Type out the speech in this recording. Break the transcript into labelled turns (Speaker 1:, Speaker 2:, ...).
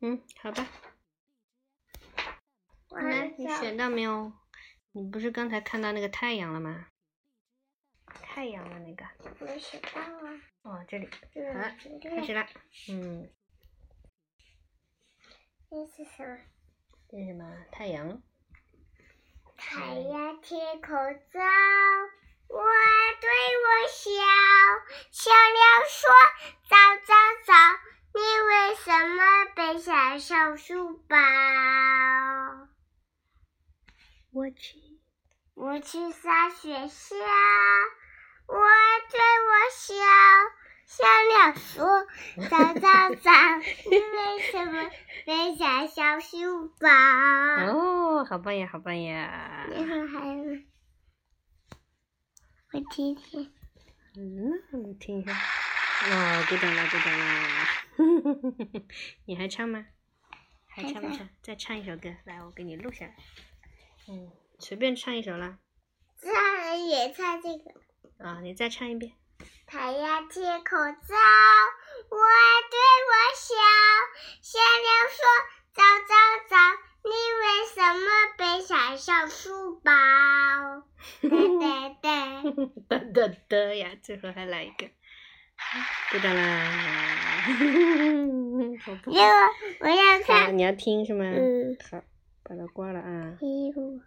Speaker 1: 嗯，好吧。
Speaker 2: 我
Speaker 1: 那
Speaker 2: 们
Speaker 1: 你
Speaker 2: 叫
Speaker 1: 选到没有？你不是刚才看到那个太阳了吗？太阳的那个。
Speaker 2: 我选到了，
Speaker 1: 哦，这里。
Speaker 2: 嗯
Speaker 1: 好了，
Speaker 2: 啊这
Speaker 1: 开始
Speaker 2: 个
Speaker 1: 啦。嗯，
Speaker 2: 这是什么？
Speaker 1: 这是什么？太阳。
Speaker 2: 太阳贴口罩，我对我笑，小鸟说早早早，你为什么背下小书包？
Speaker 1: 我去。
Speaker 2: 我去上学校，我对我笑，小鸟说早早早，你为什么背下小书包？
Speaker 1: 哦，好棒呀，好棒呀。
Speaker 2: 你好，孩子们，我听听。
Speaker 1: 嗯，我听一下。哦哇，鼓掌啦，鼓掌啦！ 你还唱吗？还
Speaker 2: 还
Speaker 1: 唱不
Speaker 2: 在
Speaker 1: 唱？再唱一首歌，来，我给你录下来。嗯，随便唱一首啦。
Speaker 2: 家人也唱这个。
Speaker 1: 啊，你再唱一遍。
Speaker 2: 太阳贴口罩，我对我笑，小鸟说早早早，你为什么背上小书包？对对 对，
Speaker 1: 哒哒哒呀，最后还来一个。鼓掌啦！ 好棒
Speaker 2: 因为我要
Speaker 1: 好，
Speaker 2: 看，
Speaker 1: 你要听是吗？
Speaker 2: 嗯，
Speaker 1: 好，把它挂了啊。
Speaker 2: 衣服，